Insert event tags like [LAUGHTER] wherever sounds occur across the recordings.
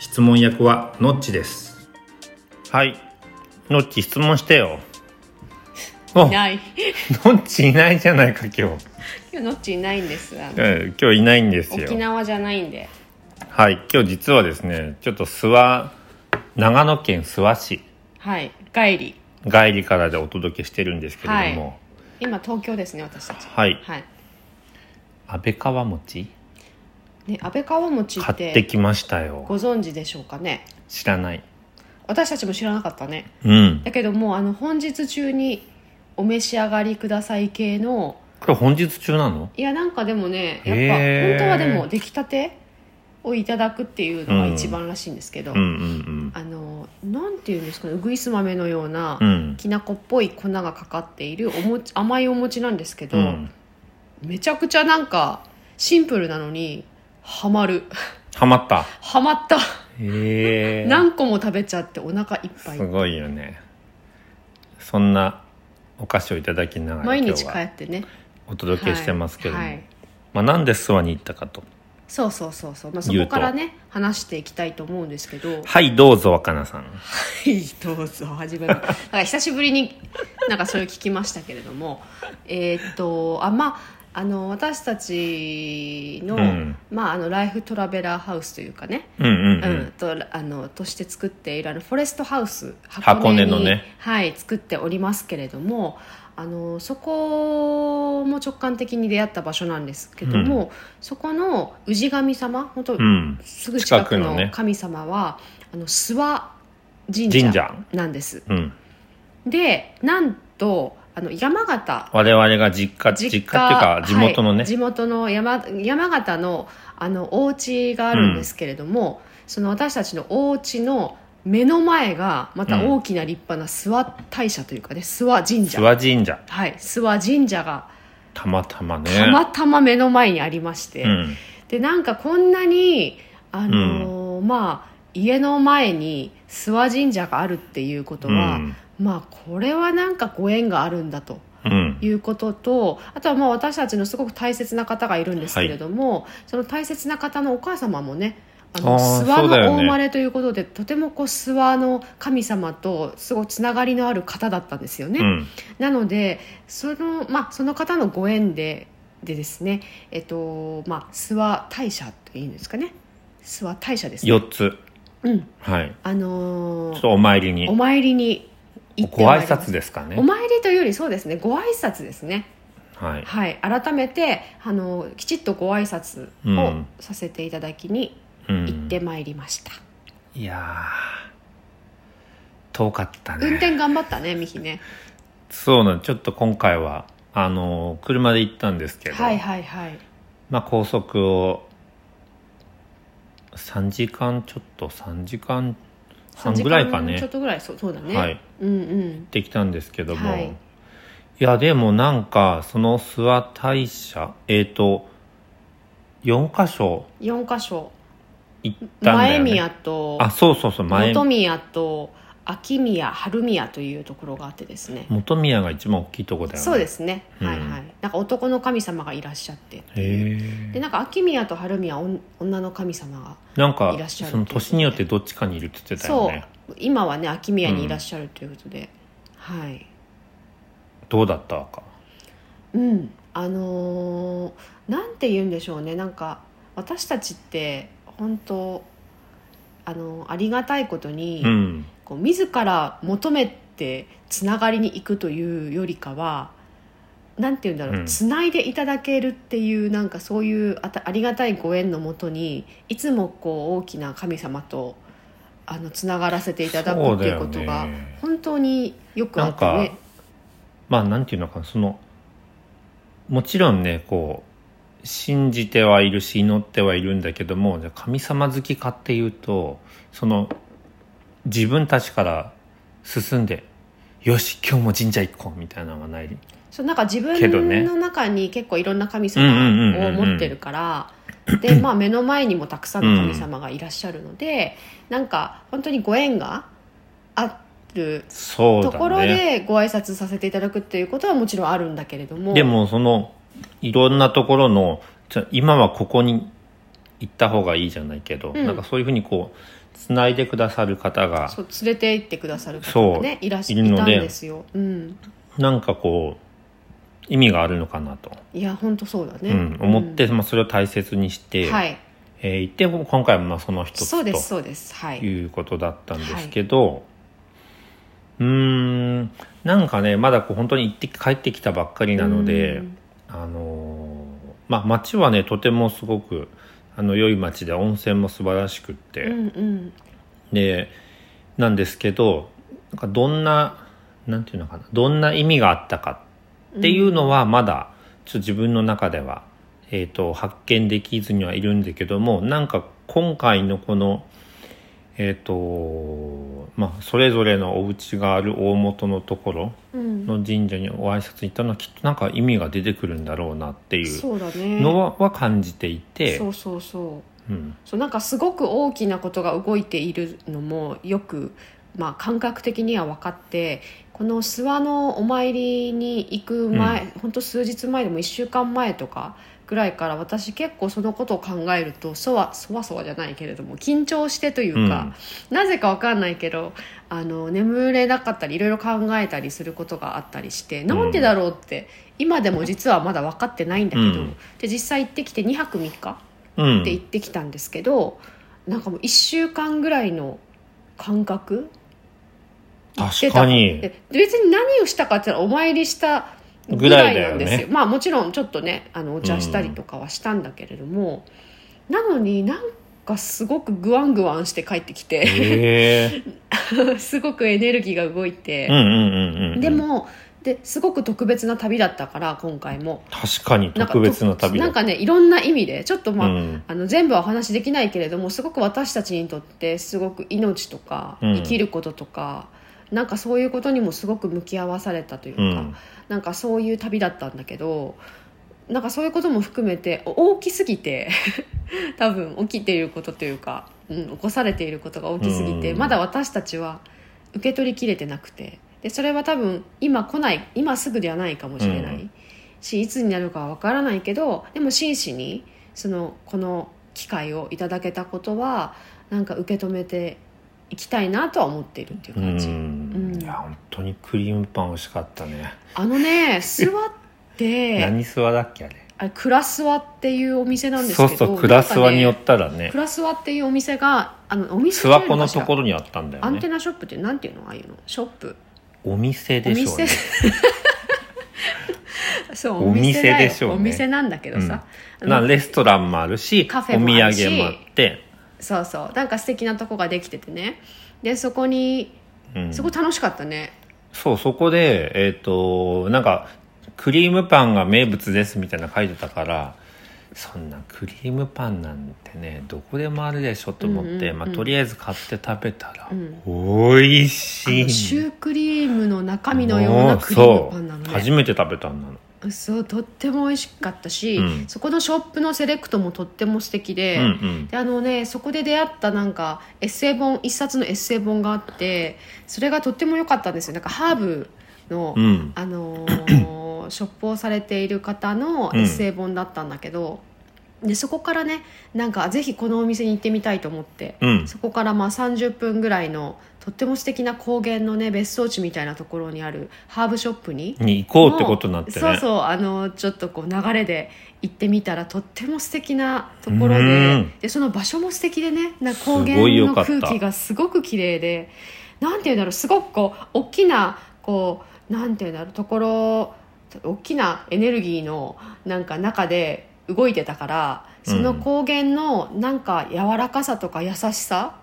質問役はノッチですはいノッチ質問してよおいないノッチいないじゃないか今日、今日のっちいないんですあのえ今日いないんですよ沖縄じゃないんではい、今日実はですね、ちょっと諏訪、長野県諏訪市、はい帰り帰りからでお届けしてるんですけれども、今東京ですね私たちはい、はい安倍川餅ね安倍川餅買っっててきましたよ。ご存知でしょうかね知らない。私たちも知らなかったねうん。だけどもうあの本日中にお召し上がりください系のこれ本日中なのいやなんかでもねへーやっぱ本当はでも出来たてをいただくっていうのが一番らしいんですけど、うんうんあのなんていうんですかねうぐいす豆のような、うん。うん。きな粉っぽい粉がかかっているおもち甘いお餅なんですけど、うん。めちゃくちゃなんかシンプルなのにハマる [LAUGHS] はまった。ハマったへえ。何個も食べちゃってお腹いっぱいすごいよね。そんなお菓子をいただきながら毎今日日帰はってねお届けしてますけれども、はいはいまあ、なんで諏訪に行ったかと。そうそうそうそう、まあ、そ言うことからね話していきたいと思うんですけど [LAUGHS] はい、どうぞ若菜さん。はいどうぞ始めますだから久しぶりになんかそれを聞きましたけれどもえーっとあまああの私たちの,、うんまあ、あのライフトラベラーハウスというかね、うんうんううんん。とあのとして作っているあのフォレストハウス箱根のにねはい、作っておりますけれどもあのそこも直感的に出会った場所なんですけども、そこの氏神様本当、うん。すぐ近く近くののね神様は、あの諏訪神神社社なんですうん、でなんとあの山形我々が実家実家っていうか地元のね、はい地元の山山形のあのお家があるんですけれども、その私たちのお家の目の前がまた大きな立派な諏訪大社というかね諏訪神諏社訪神社はい諏訪神社がたまたまねたまたま目の前にありまして、うん、でなんかこんなにあのーまあ家の前に諏訪神社があるっていうことうは、んまあこれはなんかご縁があるんだとうんいうこととあとはまあ私たちのすごく大切な方がいるんですけれども、その大切な方のお母様もねあのあー諏そ訪うだよのねお生まれということで、とてもこう諏訪の神様とすごいつながりのある方だったんですよね、うんなのでその,、まあ、その方のご縁ででですね、えっとまあ、諏訪大社というんですかね諏訪大社ですね、 4つうんはいあのちょーっとお参りにお参りに行ってごまい挨ります拶ですかねお参りというよりそうですねご挨拶ですねはいはい、改めてあのきちっとご挨拶うをんさせていただきにうん行ってまいりました、いやー遠かったね運転頑張ったねミヒねそうなんちょっと今回はあのー車で行ったんですけど、はいはいはいまあ、高速を3時間ちょっと3時間半ぐらいか3時間ねちょっとぐらいそうそうだね、はいうんうんってきたんですけども、はいい、やでもなんかその諏訪大社えっ、と4箇所4箇所行ったんだ前よ、ね、宮とあそうそうそう前本宮と秋宮春宮というところがあってですね本宮が一番大きいとこだよねそうですね、うんはいはいなんか男の神様がいらっしゃってへでえなんか秋宮と春宮は女女の神様がなんかいらっしゃるその年によってどっちかにいるって言ってたよそねう今はね秋宮にいらっしゃるということで、はいどうだったかうんあのーなんて言うんでしょうねなんか私たちって本当あのーありがたいことに、うんこう自ら求めてつながりに行くというよりかはなんて言うんだろう、うんつないでいただけるっていうなんかそういうあたありがたいご縁のもとにいつもこう大きな神様とあのつながらせていただくっていうことが、本当によくあってなんねかまあなんていうのかなそのもちろんねこう信じてはいるし祈ってはいるんだけどもじゃあ神様好きかっていうとその自分たちから進んでよし今日も神社行こうみたいなのがないそうなんか自けど分ねの中に結構いろんな神うんうんうんうん様うをん持ってるから、で、まあ、目の前にもたくさんの神様がいらっしゃるので、なんか本当にご縁があるそうだとねころでご挨拶させていただくっていうことはもちろんあるんだけれどもでもそのいろんなところのじゃ今はここに行った方がいいじゃないけど、うんなんかそういうふうにこうつないでくださる方がそう連れて行ってくださる方がねいらっしゃいるいのたんでですよ、うん、なんかこう意味があるのかなと、いや本当そうだね、うん、思って、まあ、それを大切にして、はいえー行って今回もまあその一つそうですとそうですはいいうことだったんですけど、うーんなんかねまだこう本当に行って帰ってきたばっかりなので。うんあのーまあ町はねとてもすごくあの良い町で温泉も素晴らしくって、うんうんでなんですけどなんかどんななんていうのかなどんな意味があったかっていうのはまだちょっと自分の中では、えー、と発見できずにはいるんだけどもなんか今回のこのえっ、とまあそれぞれのお家がある大元のところうんの神社にお挨拶行ったのはきっとなんか意味が出てくるんだろうなっていうそうだねのはは感じていてそうそうそううんそうなんかすごく大きなことが動いているのもよく、まあ、感覚的には分かってこの諏訪のお参りに行く前、ほんと数日前でも1週間前とかぐらいから私結構そのことを考えるとそわそわそわじゃないけれども緊張してというか、なぜか分かんないけどあの眠れなかったりいろいろ考えたりすることがあったりしてなんでだろうって今でも実はまだ分かってないんだけど、うんで実際行ってきて2泊3日。うんって言ってきたんですけど、なんかもう1週間ぐらいの感覚確かにで別に何をしたかって言ったらお参りしたぐぐららいいだなんよねですよまあもちろんちょっとねあのお茶したりとかはしたんだけれども、なのになんかすごくグワングワンして帰ってきて、へえ [LAUGHS] すごくエネルギーが動いてうん、うんうんうんでもですごく特別な旅だったから今回も確かになんか特別な旅だなんかねいろんな意味でちょっとまあ、うんあの全部はお話しできないけれどもすごく私たちにとってすごく命とかうん生きることとか、なんかそういうことにもすごく向き合わされたというか、うんなんかそういう旅だったんだけどなんかそういうことも含めてお大きすぎて [LAUGHS] 多分起きていることというか、うん、起こされていることが大きすぎて、うんまだ私たちは受け取りきれてなくてでそれは多分今来ない今すぐではないかもしれない、うしいつになるかは分からないけどでも真摯にそのこの機会をいただけたことはなんか受け止めていきたいなとは思っているっていうう感じ。んうんいや本当にクリームパン美味しかったねあのね座って [LAUGHS] 何諏訪だっけあれあれクラスワっていうお店なんですけそどうそうクラスワによったらてねクラスワっていうお店があのお店諏訪湖のところろにあったんだよアンテねナショップってなんていうのああいうのショップお店でしょうね [LAUGHS] お店そうお店だよでしょうねお店なんだけどさ、あなのレストランもあるしカフおェ土もあるし産もあって、そうそうなんか素敵なとこができててねでそこにうん、そこ楽しかったね、そう、そこで、えっ、と、なんか、クリームパンが名物ですみたいなの書いてたから、そんなクリームパンなんてね、どこでもあるでしょと思って、うんうんうんまあ、とりあえず買って食べたら、うん美味あのしい。シュークリームの中身のようなクリームパンなのそうね初めて食べたんなの。そうとっても美味しかったし、うんそこのショップのセレクトもとっても素敵で、うんうん。であのねそこで出会ったなんかエッセイ本一冊のエッセイ本があってそれがとっても良かったんですよなんかハーブの、うん。あの [COUGHS] ーショップをされている方のエッセイ本だったんだけど、でそこからねなんかぜひこのお店に行ってみたいと思って、うん。そこからまあ30分ぐらいのとっても素敵な高原のね別荘地みたいなところにあるハーブショップにに行こうってことになってね。そうそうあのちょっとこう流れで行ってみたらとっても素敵なところうでんでその場所も素敵でねなんかす高ごい原良のかった空気がすごく綺麗でなんていうんだろうすごくこう大きなこうなんていうんだろうところ大きなエネルギーのなんか中で動いてたからその高原のなんか柔らかさとか優しさ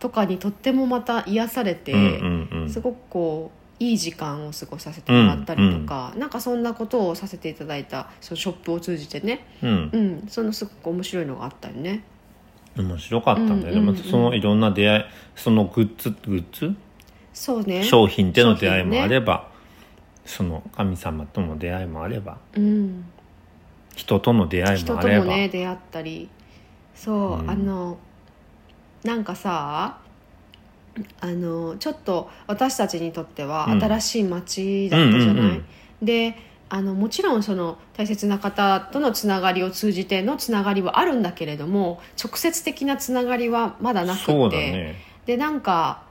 とかにとってもまた癒されて。うんうんうん。すごくこういい時間を過ごさせてもらったりとか、なんかそんなことをさせていただいたそのショップを通じてね、うんう、ん、そのすごく面白いのがあったりね面白かったんだよね、うんうんうんまたそのいろんな出会いそのグッズグッズそうね商品での出会いもあれば、ば、その神様との出会いもあればうん、人との出会い人もあとれもば、ね出会ったりそうう、んあのなんかさあのちょっと私たちにとってはうん新しい街だったじゃない、うんうんうんであのもちろんその大切な方とのつながりを通じてのつながりはあるんだけれども直接的なつながりはまだなくってそうだねでなんか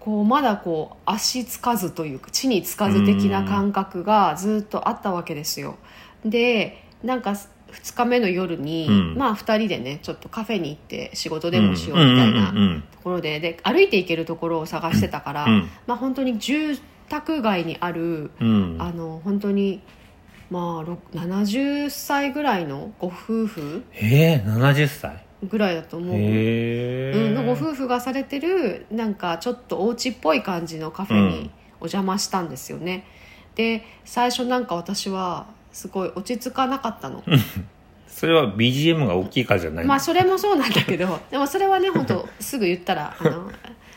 こうまだこう足つかずというか地につかず的な感覚がずっとあったわけですよ。でなんか2日目の夜に、うんまあ2人でねちょっとカフェに行って仕事でもしようみたいなうんうんうんところでで歩いて行けるところを探してたから、うんまあ本当に住宅街にあるうんあの本当に。まあ、ろく70歳ぐらいのご夫婦えー、70歳ぐらいだと思うへうえ、ん、のご夫婦がされてるなんかちょっとお家っぽい感じのカフェうんにお邪魔したんですよね、で最初なんか私はすごい落ち着かなかったの、それは BGM が大きいからじゃない、まあそれもそうなんだけど [LAUGHS] でもそれはね本当すぐ言ったら [LAUGHS] あの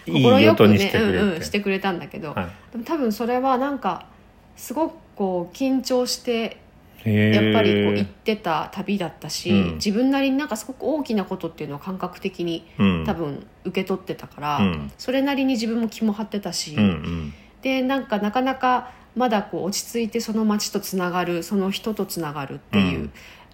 いい快音くにねしてくれて、うんうん、してくれたんだけど、はい、でも多分それはなんかすごくこう緊張してへーやっぱりこう行ってた旅だったし、うん自分なりになんかすごく大きなことっていうのを感覚的にうん、多分受け取ってたから、うんそれなりに自分も気も張ってたし、うんうんでなんかなかなかまだこう落ち着いてその街とつながるその人とつながるっていう、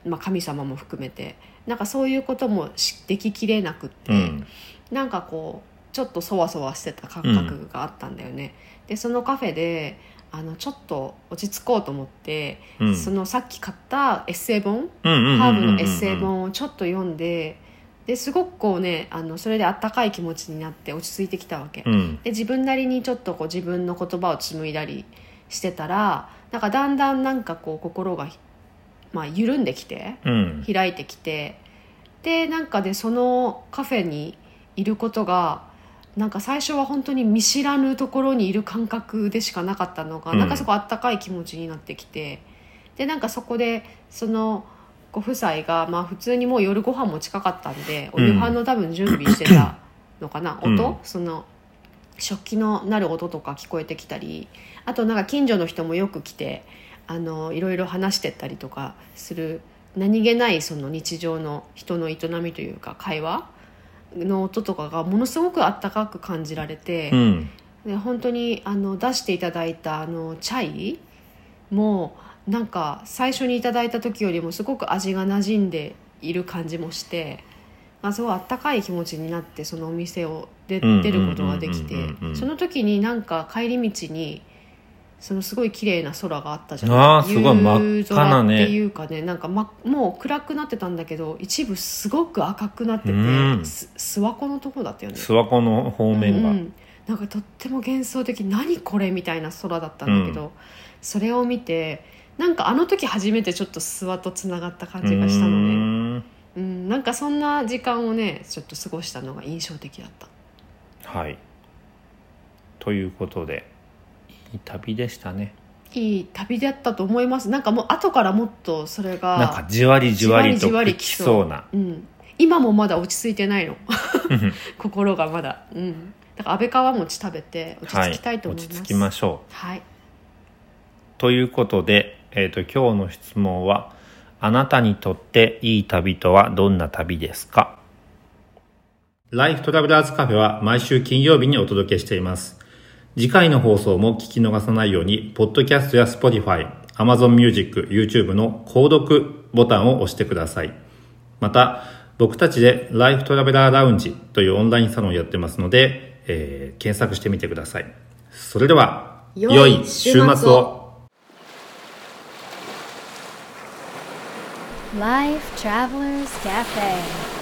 まあ、神様も含めてなんかそういうこともしでききれなくって、うんなんかこうちょっとそわそわしてた感覚があったんだよね。でそのカフェであのちょっと落ち着こうと思って、うんそのさっき買ったエッセイ本、ハハーブのエッセイ本をちょっと読んでですごくこうねあのそれであったかい気持ちになって落ち着いてきたわけ、うんで自分なりにちょっとこう自分の言葉を紡いだりしてたらなんかだんだんなんかこう心が、まあ、緩んできてうん開いてきてでなんかでそのカフェにいることがなんか最初は本当に見知らぬところにいる感覚でしかなかったのが、うんなんかそこあったかい気持ちになってきてでなんかそこでそのご夫妻が、まあ、普通にもう夜ご飯も近かったんでお夕飯の多分準備してたのかな、うん音その食器のなる音とか聞こえてきたりあとなんか近所の人もよく来てあのいろいろ話してったりとかする何気ないその日常の人の営みというか会話の音とかがものすごくあったかく感じられてう、んで本当にあの出していただいたあのチャイもなんか最初にいただいた時よりもすごく味が馴染んでいる感じもして、まあ、すごいあったかい気持ちになってそのお店を出うん出ることができてうんうんうんうんその時になんか帰り道にそのすごい綺麗な空があったじゃあなーいすごい真っ赤なね夕空っていうかねなんか、ま、もう暗くなってたんだけど一部すごく赤くなってて、うんす諏訪湖のとこだったよね。諏訪湖の方面が、うん、なんかとっても幻想的何これみたいな空だったんだけど、それを見てなんかあの時初めてちょっと諏訪とつながった感じがしたのねねうん、なんかそんな時間をねちょっと過ごしたのが印象的だったはいということでいい旅でしたねいい旅だったと思いますなんかもう後からもっとそれがなんかじわりじわりとじわり来じわり来そうなうん、今もまだ落ち着いてないのうん [LAUGHS] 心がまだうんだから安倍川餅食べて落ち着きたいと思います、落ち着きましょうはいということで、えー、と今日の質問は「あなたにとっていい旅とはどんな旅ですか?」ライフトラベラーズカフェは毎週金曜日にお届けしています。次回の放送も聞き逃さないように、ポッドキャストや Spotify、Amazon Music、YouTube の購読ボタンを押してください。また、僕たちでライフトラベラーラウンジというオンラインサロンをやってますので、えー検索してみてください。それでは、良い週末を Life Travelers Cafe.